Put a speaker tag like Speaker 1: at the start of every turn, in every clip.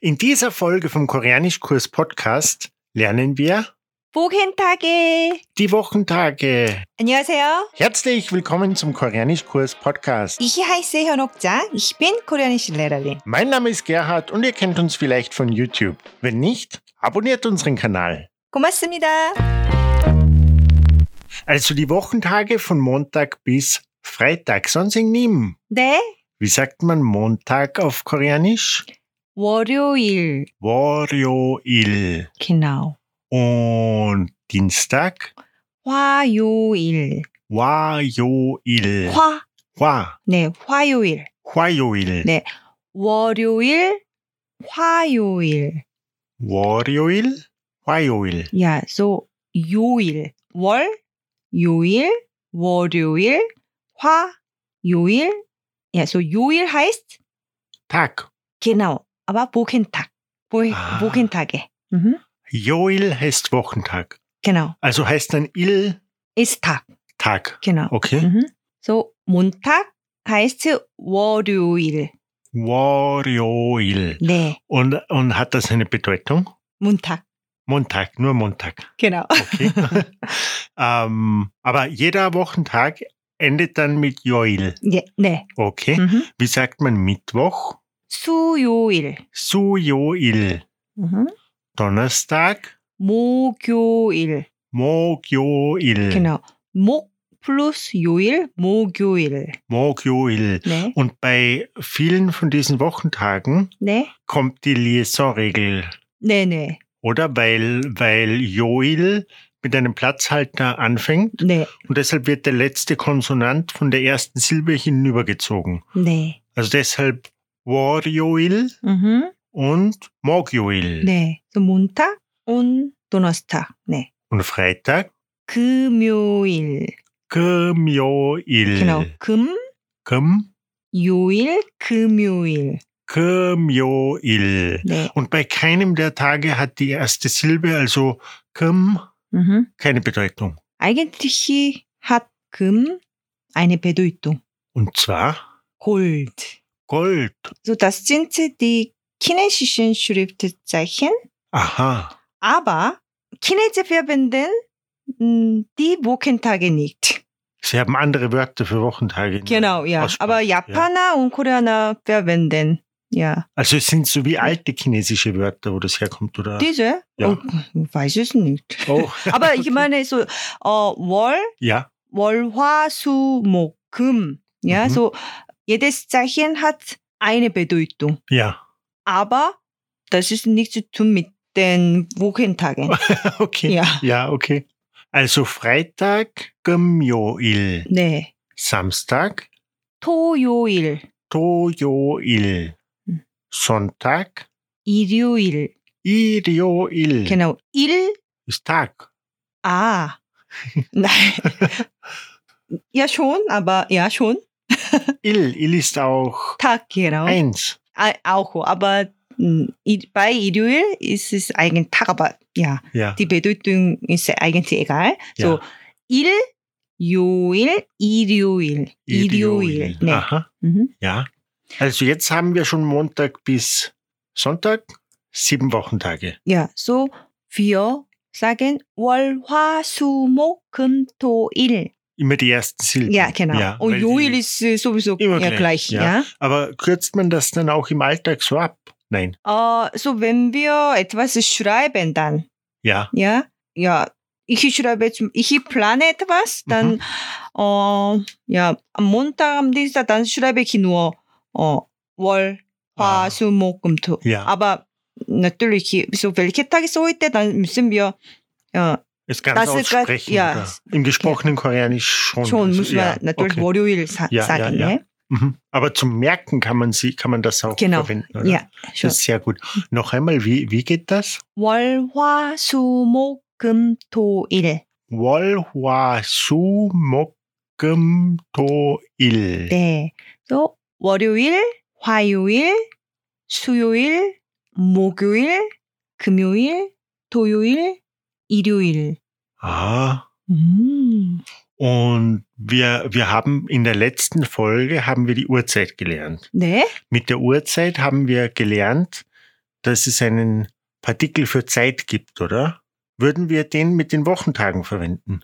Speaker 1: In dieser Folge vom Koreanischkurs Podcast lernen wir
Speaker 2: 목행타게.
Speaker 1: die Wochentage.
Speaker 2: 안녕하세요.
Speaker 1: Herzlich willkommen zum Koreanischkurs Podcast.
Speaker 2: Ich heiße 현옥장. Ich bin koreanische Lehrerin.
Speaker 1: Mein Name ist Gerhard und ihr kennt uns vielleicht von YouTube. Wenn nicht, abonniert unseren Kanal.
Speaker 2: 고맙습니다.
Speaker 1: Also die Wochentage von Montag bis Freitag. Sonsing nim.
Speaker 2: 네.
Speaker 1: Wie sagt man Montag auf Koreanisch?
Speaker 2: 월요일.
Speaker 1: Warioil.
Speaker 2: Genau.
Speaker 1: Und Dienstag?
Speaker 2: 화요일.
Speaker 1: Wajoil.
Speaker 2: 화.
Speaker 1: Wa.
Speaker 2: 네. 화요일.
Speaker 1: Huajoil.
Speaker 2: 네. 월요일. 화요일.
Speaker 1: 월요일, 화요일.
Speaker 2: 야, so 요일. 월. 요일. 월요일. 화. 요일. 야, so 요일 heißt
Speaker 1: Tag.
Speaker 2: genau. Aber Wochentag. Wo
Speaker 1: Ah.
Speaker 2: Wochentage. Mhm.
Speaker 1: Joil heißt Wochentag.
Speaker 2: Genau.
Speaker 1: Also heißt dann Il-Tag.
Speaker 2: Ist Tag. Genau.
Speaker 1: Okay.
Speaker 2: Mhm. So, Montag heißt 월요일.
Speaker 1: Warioil.
Speaker 2: 네,
Speaker 1: Und, und hat das eine Bedeutung?
Speaker 2: Montag.
Speaker 1: Montag, nur Montag.
Speaker 2: Genau.
Speaker 1: Okay. ähm, aber jeder Wochentag endet dann mit Joil.
Speaker 2: 예, 네.
Speaker 1: Okay.
Speaker 2: Mhm.
Speaker 1: Wie sagt man Mittwoch?
Speaker 2: 수요일.
Speaker 1: Sujoil.
Speaker 2: Mhm.
Speaker 1: Donnerstag?
Speaker 2: 목요일.
Speaker 1: Mogjoil.
Speaker 2: Genau. 목 플러스 요일, 목요일.
Speaker 1: Mogjoil.
Speaker 2: 네.
Speaker 1: Und bei vielen von diesen Wochentagen
Speaker 2: 네.
Speaker 1: kommt die Liaison-Regel,
Speaker 2: 네, 네.
Speaker 1: oder? Weil, weil Joil mit einem Platzhalter anfängt
Speaker 2: 네.
Speaker 1: und deshalb wird der letzte Konsonant von der ersten Silbe hinübergezogen.
Speaker 2: 네.
Speaker 1: Also deshalb Warjoil
Speaker 2: Mhm.
Speaker 1: und Mogjoil.
Speaker 2: 네. So, Montag und Donnerstag. 네.
Speaker 1: Und Freitag
Speaker 2: 금요일.
Speaker 1: Gmjoil.
Speaker 2: Genau. 금,
Speaker 1: Gm,
Speaker 2: 요일, 금요일.
Speaker 1: Gmjoil.
Speaker 2: 네.
Speaker 1: Und bei keinem der Tage hat die erste Silbe, also Gm,
Speaker 2: Mhm.
Speaker 1: keine Bedeutung.
Speaker 2: eigentlich hat Gum eine Bedeutung.
Speaker 1: Und zwar
Speaker 2: Gold.
Speaker 1: Gold.
Speaker 2: So, das sind die chinesischen Schriftzeichen,
Speaker 1: Aha.
Speaker 2: aber Chinese verwenden mm, die Wochentage nicht.
Speaker 1: Sie haben andere Wörter für Wochentage. in
Speaker 2: Genau, ja.
Speaker 1: Aussprache,
Speaker 2: Aber Japaner und Koreaner verwenden. Ja,
Speaker 1: Also es sind so wie alte chinesische Wörter, wo das herkommt, oder?
Speaker 2: diese?
Speaker 1: Ja.
Speaker 2: Oh, weiß es nicht.
Speaker 1: oh.
Speaker 2: Aber ich meine, so, äh, Wall,
Speaker 1: ja.
Speaker 2: Wall, Hua, Su, Mo, Gum. Ja,
Speaker 1: Mhm.
Speaker 2: so, jedes Zeichen hat eine Bedeutung.
Speaker 1: Ja.
Speaker 2: aber das ist nichts zu tun mit den Wochentagen.
Speaker 1: Okay.
Speaker 2: ja.
Speaker 1: Ja, okay. Also Freitag, Gumjoil.
Speaker 2: 네.
Speaker 1: Samstag,
Speaker 2: 토요일,
Speaker 1: Tojoil.
Speaker 2: Mhm.
Speaker 1: Sonntag,
Speaker 2: 일요일.
Speaker 1: Irioil.
Speaker 2: Genau. 일,
Speaker 1: Ist Tag.
Speaker 2: 아. Nein. ja, schon, aber ja, schon.
Speaker 1: Il, Il ist auch
Speaker 2: Tag, genau.
Speaker 1: eins.
Speaker 2: Ah, auch, aber mm, i- bei Irioil ist es eigentlich Tag, aber ja,
Speaker 1: Ja.
Speaker 2: die Bedeutung ist eigentlich egal. So, 일, 요일, 일요일. 일요일. 네.
Speaker 1: Aha.
Speaker 2: Mhm.
Speaker 1: Ja. Also jetzt haben wir schon Montag bis Sonntag sieben Wochentage.
Speaker 2: Ja, so wir sagen 월, 화, 수, 목, 금, 토, 일.
Speaker 1: Immer die ersten Silben.
Speaker 2: Ja, genau.
Speaker 1: Ja,
Speaker 2: Und
Speaker 1: weil
Speaker 2: Joel
Speaker 1: die-
Speaker 2: ist äh, sowieso
Speaker 1: Immer
Speaker 2: ja,
Speaker 1: gleich,
Speaker 2: gleich.
Speaker 1: ja.
Speaker 2: Ja.
Speaker 1: Aber kürzt man das dann auch im Alltag so ab? Nein.
Speaker 2: Äh, so, wenn wir etwas schreiben, dann,
Speaker 1: Ja.
Speaker 2: ja, ja, ich schreibe, zum- ich plane etwas, dann, äh, ja, am Montag, am Dienstag, dann schreibe ich nur äh, 월, 화,
Speaker 1: Ah.
Speaker 2: 수, 목, 금, 토.
Speaker 1: Ja.
Speaker 2: Aber natürlich, so welche Tage so heute, dann müssen wir äh,
Speaker 1: es ganz
Speaker 2: das ist grad-
Speaker 1: aussprechen.
Speaker 2: ja.
Speaker 1: oder? Im gesprochenen Koreanisch schon. Also,
Speaker 2: schon, müssen wir
Speaker 1: ja,
Speaker 2: natürlich
Speaker 1: okay.
Speaker 2: 월요일 sa
Speaker 1: Ja, ja,
Speaker 2: sagen.
Speaker 1: ja.
Speaker 2: ne?
Speaker 1: Mhm. Aber zum Merken kann man, sie, kann man das auch
Speaker 2: Genau.
Speaker 1: verwenden. Oder?
Speaker 2: ja schon. Mhm.
Speaker 1: Das ist sehr gut. Noch einmal, wie, wie geht das?
Speaker 2: 월, 화, 수, 목, 금, 토, 일.
Speaker 1: Wolhua su mokum to il.
Speaker 2: 네. 또 월요일, 화요일, 수요일, 목요일, 금요일, 토요일, 일요일.
Speaker 1: Ah.
Speaker 2: 음.
Speaker 1: Und wir, wir haben in der letzten Folge haben wir die Uhrzeit gelernt.
Speaker 2: 네.
Speaker 1: Mit der Uhrzeit haben wir gelernt, dass es einen Partikel für Zeit gibt, oder? Würden wir den mit den Wochentagen verwenden?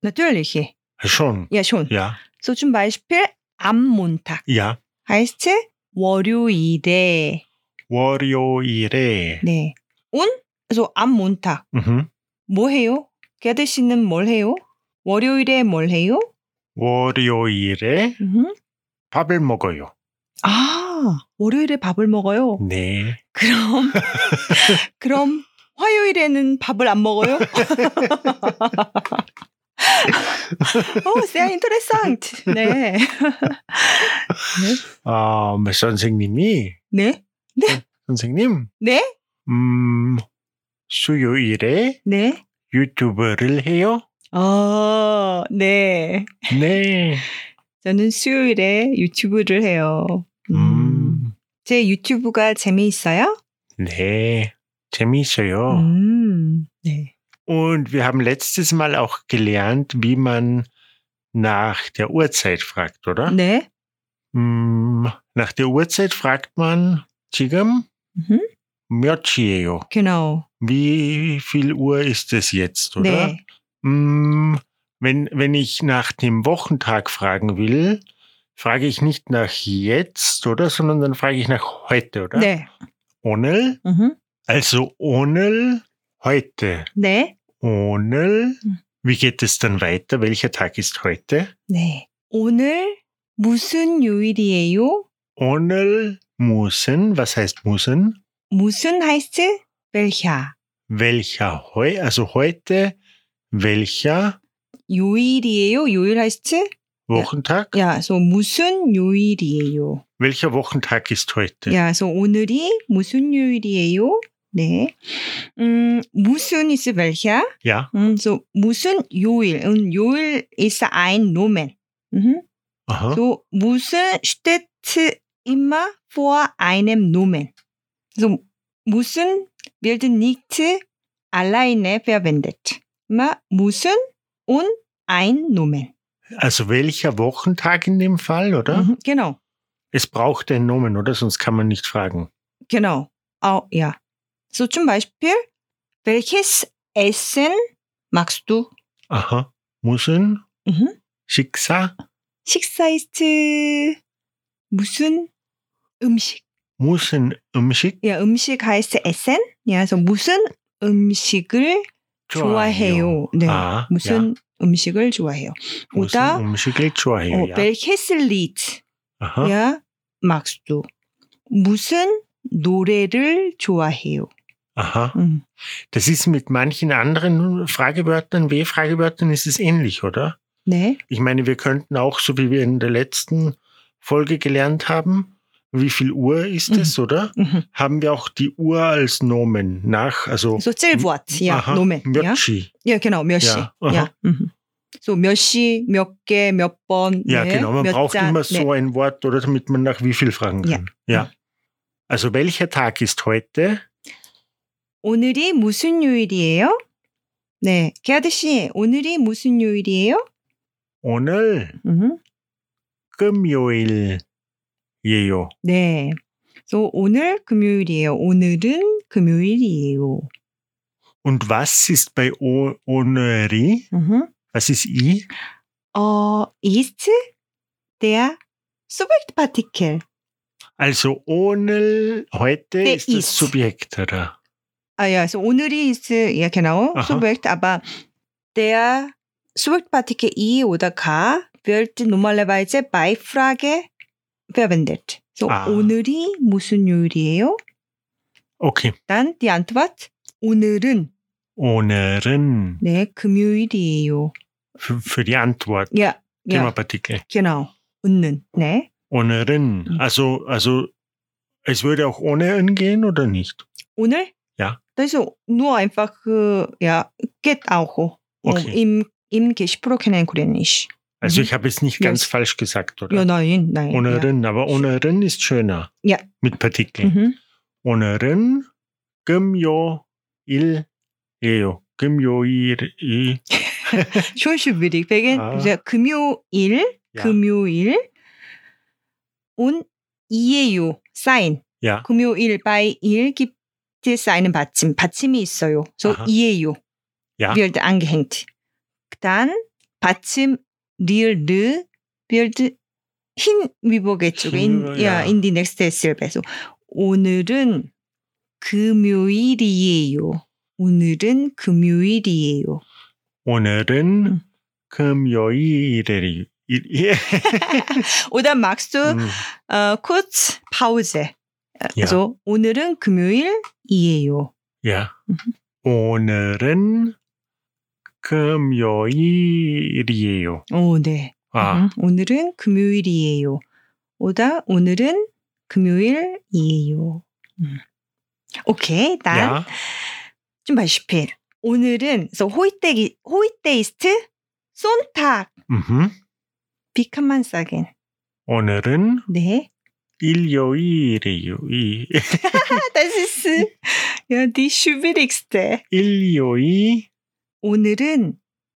Speaker 2: Natürlich.
Speaker 1: Schon.
Speaker 2: Ja, schon.
Speaker 1: Ja.
Speaker 2: So zum Beispiel am Montag
Speaker 1: Ja.
Speaker 2: heißt es 월요일에.
Speaker 1: 월요일에.
Speaker 2: 네. 온? so am Montag.
Speaker 1: Mhm.
Speaker 2: 뭐 해요? 게드 씨는 뭘 해요? 월요일에 뭘 해요?
Speaker 1: 월요일에
Speaker 2: 음.
Speaker 1: 밥을 먹어요.
Speaker 2: 아, 월요일에 밥을 먹어요.
Speaker 1: 네.
Speaker 2: 그럼 그럼 화요일에는 밥을 안 먹어요? 오, sehr interessant. 네.
Speaker 1: 아, 선생님이,
Speaker 2: 네.
Speaker 1: 선생님.
Speaker 2: 네?
Speaker 1: 음, 수요일에
Speaker 2: 네.
Speaker 1: 유튜브를 해요?
Speaker 2: 아, 네.
Speaker 1: 네.
Speaker 2: 저는 수요일에 유튜브를 해요. 음.
Speaker 1: 음,
Speaker 2: 제 유튜브가 재미있어요?
Speaker 1: 네. 재미있어요.
Speaker 2: 음. 네.
Speaker 1: Und wir haben letztes Mal auch gelernt, wie man nach der Uhrzeit fragt, oder?
Speaker 2: 네.
Speaker 1: 음, nach der Uhrzeit fragt man 지금
Speaker 2: Mhm.
Speaker 1: 몇 시예요?
Speaker 2: Genau.
Speaker 1: Wie viel Uhr ist es jetzt, oder?
Speaker 2: 네.
Speaker 1: Mm, wenn, wenn ich nach dem Wochentag fragen will, frage ich nicht nach jetzt, oder? Sondern dann frage ich nach heute, oder?
Speaker 2: 네.
Speaker 1: Ohnel,
Speaker 2: 음.
Speaker 1: also ohnel heute.
Speaker 2: 네.
Speaker 1: Ohnel,
Speaker 2: Mhm.
Speaker 1: wie geht es dann weiter? Welcher Tag ist heute?
Speaker 2: 네. 오늘 무슨 요일이에요?
Speaker 1: Ohnel müssen, was heißt müssen?
Speaker 2: 무슨 heißt welcher?
Speaker 1: Welcher heu, also heute, welcher
Speaker 2: 요일이에요? 요일 heißt?
Speaker 1: Wochentag?
Speaker 2: 야, so 무슨 요일이에요?
Speaker 1: Welcher Wochentag ist heute?
Speaker 2: 야, so 오늘이 무슨 요일이에요? 네. 음, 무슨 is welcher?
Speaker 1: ja?
Speaker 2: 음, so 무슨 요일? 음, 요일 is ein Nomen. 음.
Speaker 1: Aha.
Speaker 2: So 무슨 steht immer vor einem Nomen. So 무슨 wird nicht alleine verwendet. Immer 무슨 und ein Nomen.
Speaker 1: Also welcher Wochentag in dem Fall, oder?
Speaker 2: Mhm, Genau,
Speaker 1: Es braucht einen Nomen, oder? Sonst kann man nicht fragen.
Speaker 2: genau. Oh, ja. So zum Beispiel, welches Essen magst du?
Speaker 1: Aha. Musen,
Speaker 2: Mhm.
Speaker 1: Schicksa,
Speaker 2: 식사 ist 무슨 음식.
Speaker 1: Musen, Umschick,
Speaker 2: 야, 음식 heißt Essen. 야, 그래서 무슨 음식을 좋아해요. 네.
Speaker 1: Ah, ja.
Speaker 2: 무슨 음식을 좋아해요.
Speaker 1: Musen,
Speaker 2: oder-
Speaker 1: Umschick,
Speaker 2: 어,
Speaker 1: 좋아해요. ja.
Speaker 2: welches Lied?
Speaker 1: Aha.
Speaker 2: 야, 막수. 무슨 노래를 좋아해요.
Speaker 1: Aha.
Speaker 2: 음.
Speaker 1: Das ist mit manchen anderen Fragewörtern, W-Fragewörtern ist es ähnlich, oder?
Speaker 2: 네.
Speaker 1: Ich meine, wir könnten auch, so wie wir in der letzten Folge gelernt haben, wie viel Uhr ist
Speaker 2: Mhm.
Speaker 1: es, oder?
Speaker 2: 음.
Speaker 1: Haben wir auch die Uhr als Nomen nach, also
Speaker 2: So 찔부앗. 야,
Speaker 1: Aha,
Speaker 2: 노멘. 야.
Speaker 1: Mirchi.
Speaker 2: 예, genau. 몇 시.
Speaker 1: 야, 어허.
Speaker 2: 야. 음. So 몇 시, 몇 개, 몇 번.
Speaker 1: Ja,
Speaker 2: 네.
Speaker 1: genau. Man
Speaker 2: 몇
Speaker 1: braucht
Speaker 2: 잔.
Speaker 1: immer
Speaker 2: 네.
Speaker 1: so ein Wort, oder damit man nach wie viel fragen
Speaker 2: Ja.
Speaker 1: kann. Ja. Also welcher Tag ist heute?
Speaker 2: 오늘이 무슨 요일이에요? 네. 개아드 씨, 오늘이 무슨 요일이에요?
Speaker 1: 오늘
Speaker 2: 음.
Speaker 1: 금요일 예요.
Speaker 2: 네. 그래서 오늘 금요일이에요. 오늘은 금요일이에요.
Speaker 1: Und was ist bei o Oneri?
Speaker 2: 으흠.
Speaker 1: Was ist I?
Speaker 2: 어, ist der Subjekt Partikel.
Speaker 1: Also Onel heute
Speaker 2: Der
Speaker 1: ist das
Speaker 2: ist.
Speaker 1: Subjekt, oder?
Speaker 2: 아, 야, 그래서 오늘이 ist, ja, genau.
Speaker 1: 아하.
Speaker 2: Subjekt, aber der Subjekt Partikel i oder k wird normalerweise bei Frage verwendet. So,
Speaker 1: 아.
Speaker 2: 오늘이 무슨 요일이에요?
Speaker 1: Okay.
Speaker 2: 난 die Antwort 오늘은
Speaker 1: Oneren
Speaker 2: 네, 금요일이에요.
Speaker 1: für, für die Antwort.
Speaker 2: 야, 야.
Speaker 1: Themapartikel.
Speaker 2: Genau. 웃는. 네.
Speaker 1: Oneren.
Speaker 2: Mhm.
Speaker 1: Also, also es würde auch ohne N gehen oder nicht?
Speaker 2: 오늘?
Speaker 1: Ja.
Speaker 2: 그래서 nur einfach äh, ja, geht auch okay.
Speaker 1: Okay.
Speaker 2: im im gesprochenen Koreanisch.
Speaker 1: Also
Speaker 2: Mhm.
Speaker 1: ich habe jetzt nicht
Speaker 2: Ja,
Speaker 1: ganz
Speaker 2: es-
Speaker 1: falsch gesagt, oder?
Speaker 2: Ja, nein, nein.
Speaker 1: Ohne
Speaker 2: ja.
Speaker 1: Rin, aber ohne Rin ist schöner.
Speaker 2: Ja.
Speaker 1: Mit Partikeln.
Speaker 2: Mhm.
Speaker 1: Ohne Rin, Gimjo, Il, Eo. Gimjo, Ir, I.
Speaker 2: schon schwierig. Wegen
Speaker 1: Ah.
Speaker 2: der 금요일,
Speaker 1: Ja.
Speaker 2: 금요일 und 이에요. Sein.
Speaker 1: Ja.
Speaker 2: 금요일 bei 일 gibt BTS einen 받침, 받침이 있어요. so
Speaker 1: Aha.
Speaker 2: 이에요.
Speaker 1: Ja.
Speaker 2: wird angehängt. Dann 받침 리을 르 wird 흰 위복의 쪽에
Speaker 1: 흰
Speaker 2: in,
Speaker 1: 위복,
Speaker 2: yeah,
Speaker 1: ja.
Speaker 2: in the next syllable. So, 오늘은 금요일이에요. 오늘은 금요일이에요.
Speaker 1: 오늘은
Speaker 2: 음.
Speaker 1: 금요일이
Speaker 2: Äh.
Speaker 1: 예.
Speaker 2: Oder magst du
Speaker 1: 음.
Speaker 2: 어, kurz Pause?
Speaker 1: Ja.
Speaker 2: Also 오늘은 금요일이에요.
Speaker 1: Ja.
Speaker 2: Mhm.
Speaker 1: 오늘은 금요일이에요.
Speaker 2: 오, 네.
Speaker 1: 아,
Speaker 2: 음, 오늘은 금요일이에요. 오다 오늘은 금요일이에요. 음. 오케이, 난좀
Speaker 1: ja.
Speaker 2: 말실패. 오늘은 so 호이떼기 호이떼이스트 쏜탁
Speaker 1: Mhm.
Speaker 2: 비칸만 싸겐.
Speaker 1: 오늘은
Speaker 2: 네.
Speaker 1: 일요일이에요. 이-
Speaker 2: Das ist ja die schwierigste.
Speaker 1: 일요일,
Speaker 2: 오늘은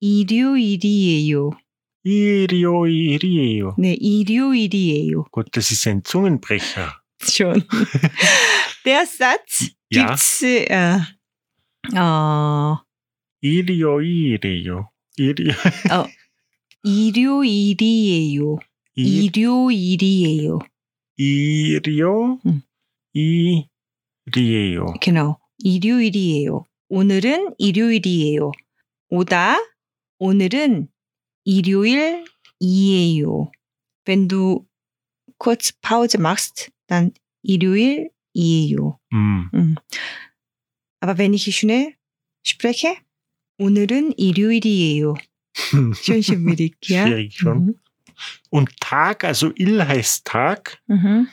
Speaker 2: 일요일이에요.
Speaker 1: 일요일이에요.
Speaker 2: 네, 일요일이에요.
Speaker 1: Gut, das ist ein Zungenbrecher.
Speaker 2: schon. Der Satz
Speaker 1: Ja.
Speaker 2: gibt's äh, äh,
Speaker 1: 일요일이에요. 일요,
Speaker 2: 일요일이에요.
Speaker 1: 일,
Speaker 2: 일요일이에요.
Speaker 1: 일요,
Speaker 2: 음.
Speaker 1: 일이에요.
Speaker 2: genau. 일요일이에요. 오늘은 일요일이에요. 오다 오늘은 일요일이에요. Wenn du kurz Pause machst, dann 일요일이에요.
Speaker 1: 음.
Speaker 2: Aber wenn ich schnell spreche, 오늘은 일요일이에요. Schon schwierig, ja?
Speaker 1: Schwierig schon.
Speaker 2: Mhm.
Speaker 1: Und Tag, also il heißt Tag.
Speaker 2: Mhm.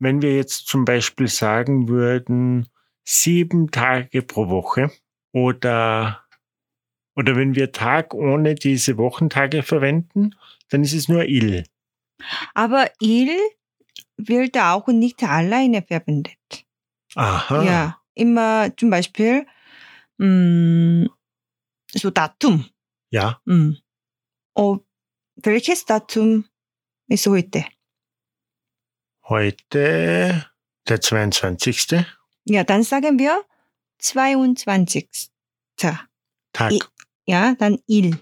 Speaker 1: wenn wir jetzt zum Beispiel sagen würden, sieben Tage pro Woche oder, oder wenn wir Tag ohne diese Wochentage verwenden, dann ist es nur il.
Speaker 2: Aber il wird auch nicht alleine verwendet.
Speaker 1: Aha.
Speaker 2: Ja, immer zum Beispiel 음, so Datum.
Speaker 1: Ja.
Speaker 2: 음. 어, welches Datum ist heute?
Speaker 1: Heute der 22.
Speaker 2: Ja, dann sagen wir 22.
Speaker 1: Tag.
Speaker 2: I- Ja, dann il.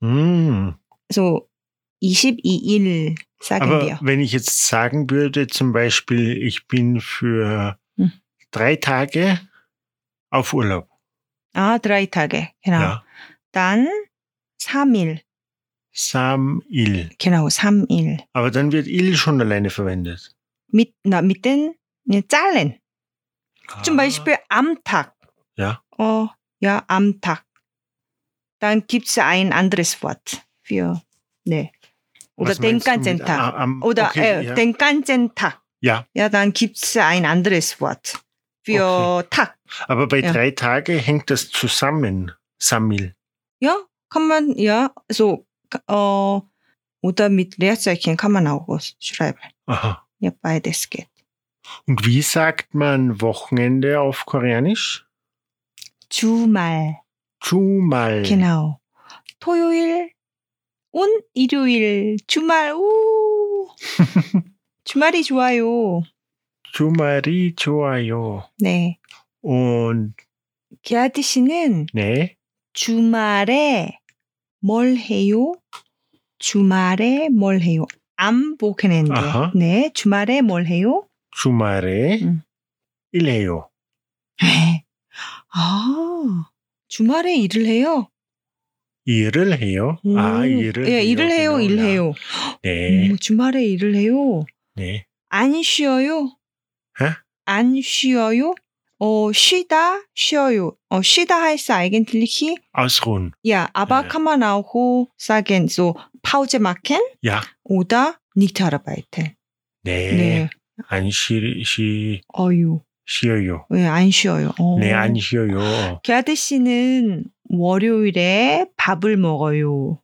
Speaker 1: Hm.
Speaker 2: So 22일 sagen
Speaker 1: Aber
Speaker 2: wir.
Speaker 1: wenn ich jetzt sagen würde, zum Beispiel, ich bin für
Speaker 2: Hm.
Speaker 1: drei Tage auf Urlaub.
Speaker 2: Ah, drei Tage. Genau.
Speaker 1: Ja.
Speaker 2: Dann 3일.
Speaker 1: Sam il.
Speaker 2: Genau, 3일.
Speaker 1: Aber dann wird il schon alleine verwendet.
Speaker 2: Mit, na, mit den 네, Zahlen. Zum
Speaker 1: Ah.
Speaker 2: Beispiel am Tag.
Speaker 1: Ja.
Speaker 2: Oh, ja, am Tag. Dann gibt es ein anderes Wort für, ne. Oder
Speaker 1: Was meinst
Speaker 2: den
Speaker 1: du mit
Speaker 2: ganzen Tag.
Speaker 1: am- am-
Speaker 2: Oder
Speaker 1: okay,
Speaker 2: äh,
Speaker 1: ja.
Speaker 2: den ganzen Tag.
Speaker 1: Ja.
Speaker 2: Ja, dann gibt es ein anderes Wort für Tag.
Speaker 1: Aber bei
Speaker 2: ja.
Speaker 1: drei Tage hängt das zusammen, Samil.
Speaker 2: Ja, kann man, ja, so, äh, oder mit Leerzeichen kann man auch was schreiben.
Speaker 1: Aha.
Speaker 2: Ja, beides geht.
Speaker 1: Und wie sagt man Wochenende auf Koreanisch?
Speaker 2: 주말. 네.
Speaker 1: Jumal.
Speaker 2: Genau. 토요일 온 일요일 주말 우 주말이 좋아요.
Speaker 1: Jumari Joayo.
Speaker 2: 네.
Speaker 1: Und
Speaker 2: 기아드 씨는
Speaker 1: ne,
Speaker 2: 주말에 뭘 해요? 주말에 뭘 해요? 안 보겠는데.
Speaker 1: 아하.
Speaker 2: 네. 주말에 뭘 해요?
Speaker 1: Jumare
Speaker 2: Mhm.
Speaker 1: Ileo.
Speaker 2: 네. 아. 주말에 일을 해요?
Speaker 1: Irel heo. Ah,
Speaker 2: 오.
Speaker 1: irel.
Speaker 2: 예, 일을 해요, 일해요.
Speaker 1: Ne,
Speaker 2: 음, 주말에 일을 해요.
Speaker 1: ne.
Speaker 2: 안 쉬어요? 예?
Speaker 1: 에?
Speaker 2: 안 쉬어요? 어, 쉬다, 쉬어요. 어, 쉬다 heißt eigentlich,
Speaker 1: Ausruhen.
Speaker 2: ja, aber
Speaker 1: 네.
Speaker 2: kann man auch sagen, so, Pause machen
Speaker 1: Ja.
Speaker 2: oder nicht arbeiten.
Speaker 1: Ne,
Speaker 2: 네.
Speaker 1: an shi, shi,
Speaker 2: 어유.
Speaker 1: shioyo.
Speaker 2: 네, 안 쉬어요. 어.
Speaker 1: Ne, an shioyo.
Speaker 2: 개아드 씨는 월요일에 밥을 먹어요.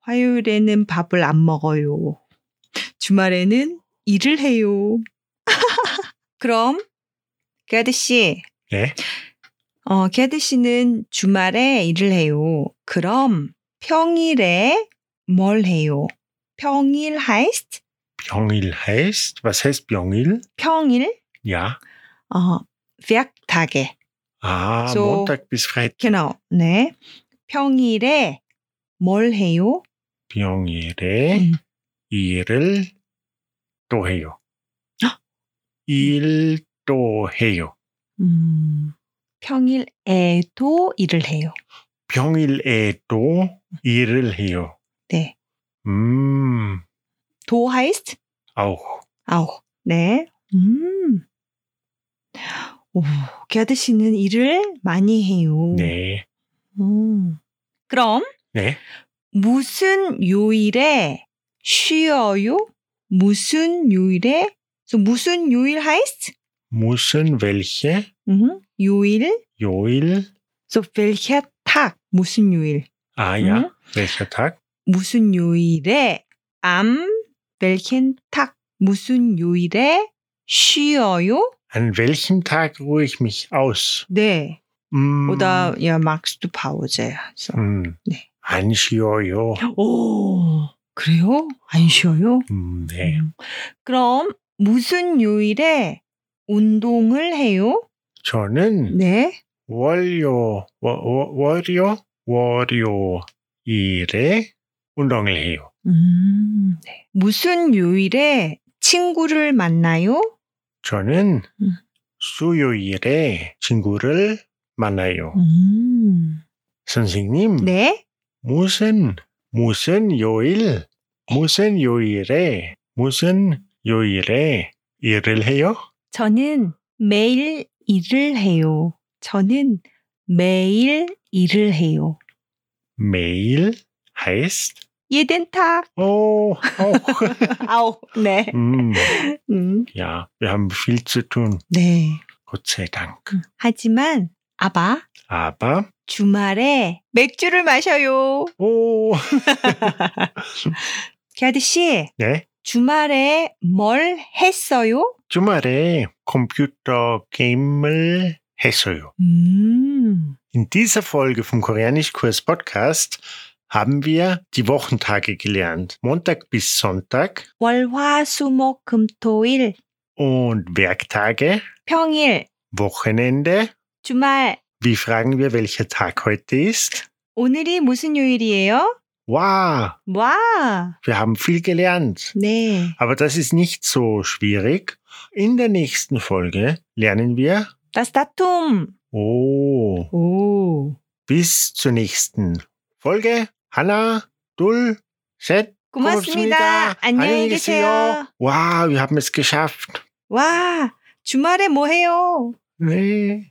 Speaker 2: 화요일에는 밥을 안 먹어요. 주말에는 일을 해요. 그럼, 개아드 씨,
Speaker 1: Ne,
Speaker 2: 어, 캐드 씨는 주말에 일을 해요. 그럼 평일에 뭘 해요? 평일 heißt
Speaker 1: Pyongil heißt, was heißt Pyongil?
Speaker 2: 평일
Speaker 1: Ja.
Speaker 2: 어, Werktage.
Speaker 1: 아,
Speaker 2: So-
Speaker 1: Montag bis Freitag
Speaker 2: Genau. 네. 평일에 뭘 해요?
Speaker 1: 평일에
Speaker 2: 음.
Speaker 1: 일을 또 해요. 일도 해요.
Speaker 2: 음, 평일에도 일을 해요.
Speaker 1: 평일에도 일을 해요.
Speaker 2: 네.
Speaker 1: 음,
Speaker 2: 도 heißt
Speaker 1: auch.
Speaker 2: auch. 네. 음. 오, 게하드 씨는 일을 많이 해요.
Speaker 1: 네.
Speaker 2: 음. 그럼
Speaker 1: 네.
Speaker 2: 무슨 요일에 쉬어요? 무슨 요일에? So, 무슨 요일 heißt?
Speaker 1: Müssen welche
Speaker 2: 음, 요일.
Speaker 1: Joel,
Speaker 2: So, welcher Tag? 무슨 요일?
Speaker 1: ah ja,
Speaker 2: Mhm.
Speaker 1: welcher Tag?
Speaker 2: 무슨 요일에 am welchen Tag 무슨 요일에 쉬어요?
Speaker 1: An welchem Tag ruhe ich mich aus?
Speaker 2: 네.
Speaker 1: Mm.
Speaker 2: oder ja magst du Pause? So.
Speaker 1: Mm.
Speaker 2: Nee.
Speaker 1: Ein Jojo.
Speaker 2: 오 그래요? 안 쉬어요?
Speaker 1: Mm, Nee.
Speaker 2: 음. 그럼 무슨 요일에 운동을 해요?
Speaker 1: 저는
Speaker 2: 네.
Speaker 1: 월요, 워- 워- 월요, 월요 일에 운동을 해요.
Speaker 2: 음, 네. 무슨 요일에 친구를 만나요?
Speaker 1: 저는
Speaker 2: 음.
Speaker 1: 수요일에 친구를 만나요.
Speaker 2: 음.
Speaker 1: 선생님,
Speaker 2: 네.
Speaker 1: 무슨, 무슨 요일, 무슨 요일에, 무슨 요일에 일을 해요?
Speaker 2: 저는 매일 일을 해요. 저는 매일 일을 해요.
Speaker 1: 매일 heißt,
Speaker 2: jeden Tag.
Speaker 1: oh, auch.
Speaker 2: Auch. 네.
Speaker 1: 음,
Speaker 2: 음.
Speaker 1: ja, wir haben viel zu tun,
Speaker 2: 네.
Speaker 1: Gott sei Dank.
Speaker 2: 하지만 아바
Speaker 1: Aber,
Speaker 2: 주말에 맥주를 마셔요.
Speaker 1: oh,
Speaker 2: 게아드 씨,
Speaker 1: ne?
Speaker 2: 주말에 뭘 했어요?
Speaker 1: 주말에 컴퓨터 게임을 했어요.
Speaker 2: 음.
Speaker 1: In dieser Folge vom Koreanischkurs Podcast haben wir die Wochentage gelernt. Montag bis Sonntag
Speaker 2: 월화수목금토일
Speaker 1: und Werktage,
Speaker 2: 평일
Speaker 1: Wochenende.
Speaker 2: 주말
Speaker 1: Wie fragen wir, welcher Tag heute ist?
Speaker 2: 오늘이 무슨 요일이에요?
Speaker 1: Wow,
Speaker 2: 와.
Speaker 1: wir haben viel gelernt.
Speaker 2: 네.
Speaker 1: Aber das ist nicht so schwierig. In der nächsten Folge lernen wir.
Speaker 2: Das Datum.
Speaker 1: Oh,
Speaker 2: 오.
Speaker 1: bis zur nächsten Folge. Hanna, Dul, Set.
Speaker 2: 고맙습니다. 안녕히 계세요.
Speaker 1: Wow, wir haben es geschafft.
Speaker 2: 와, 주말에 뭐 해요?
Speaker 1: Nee.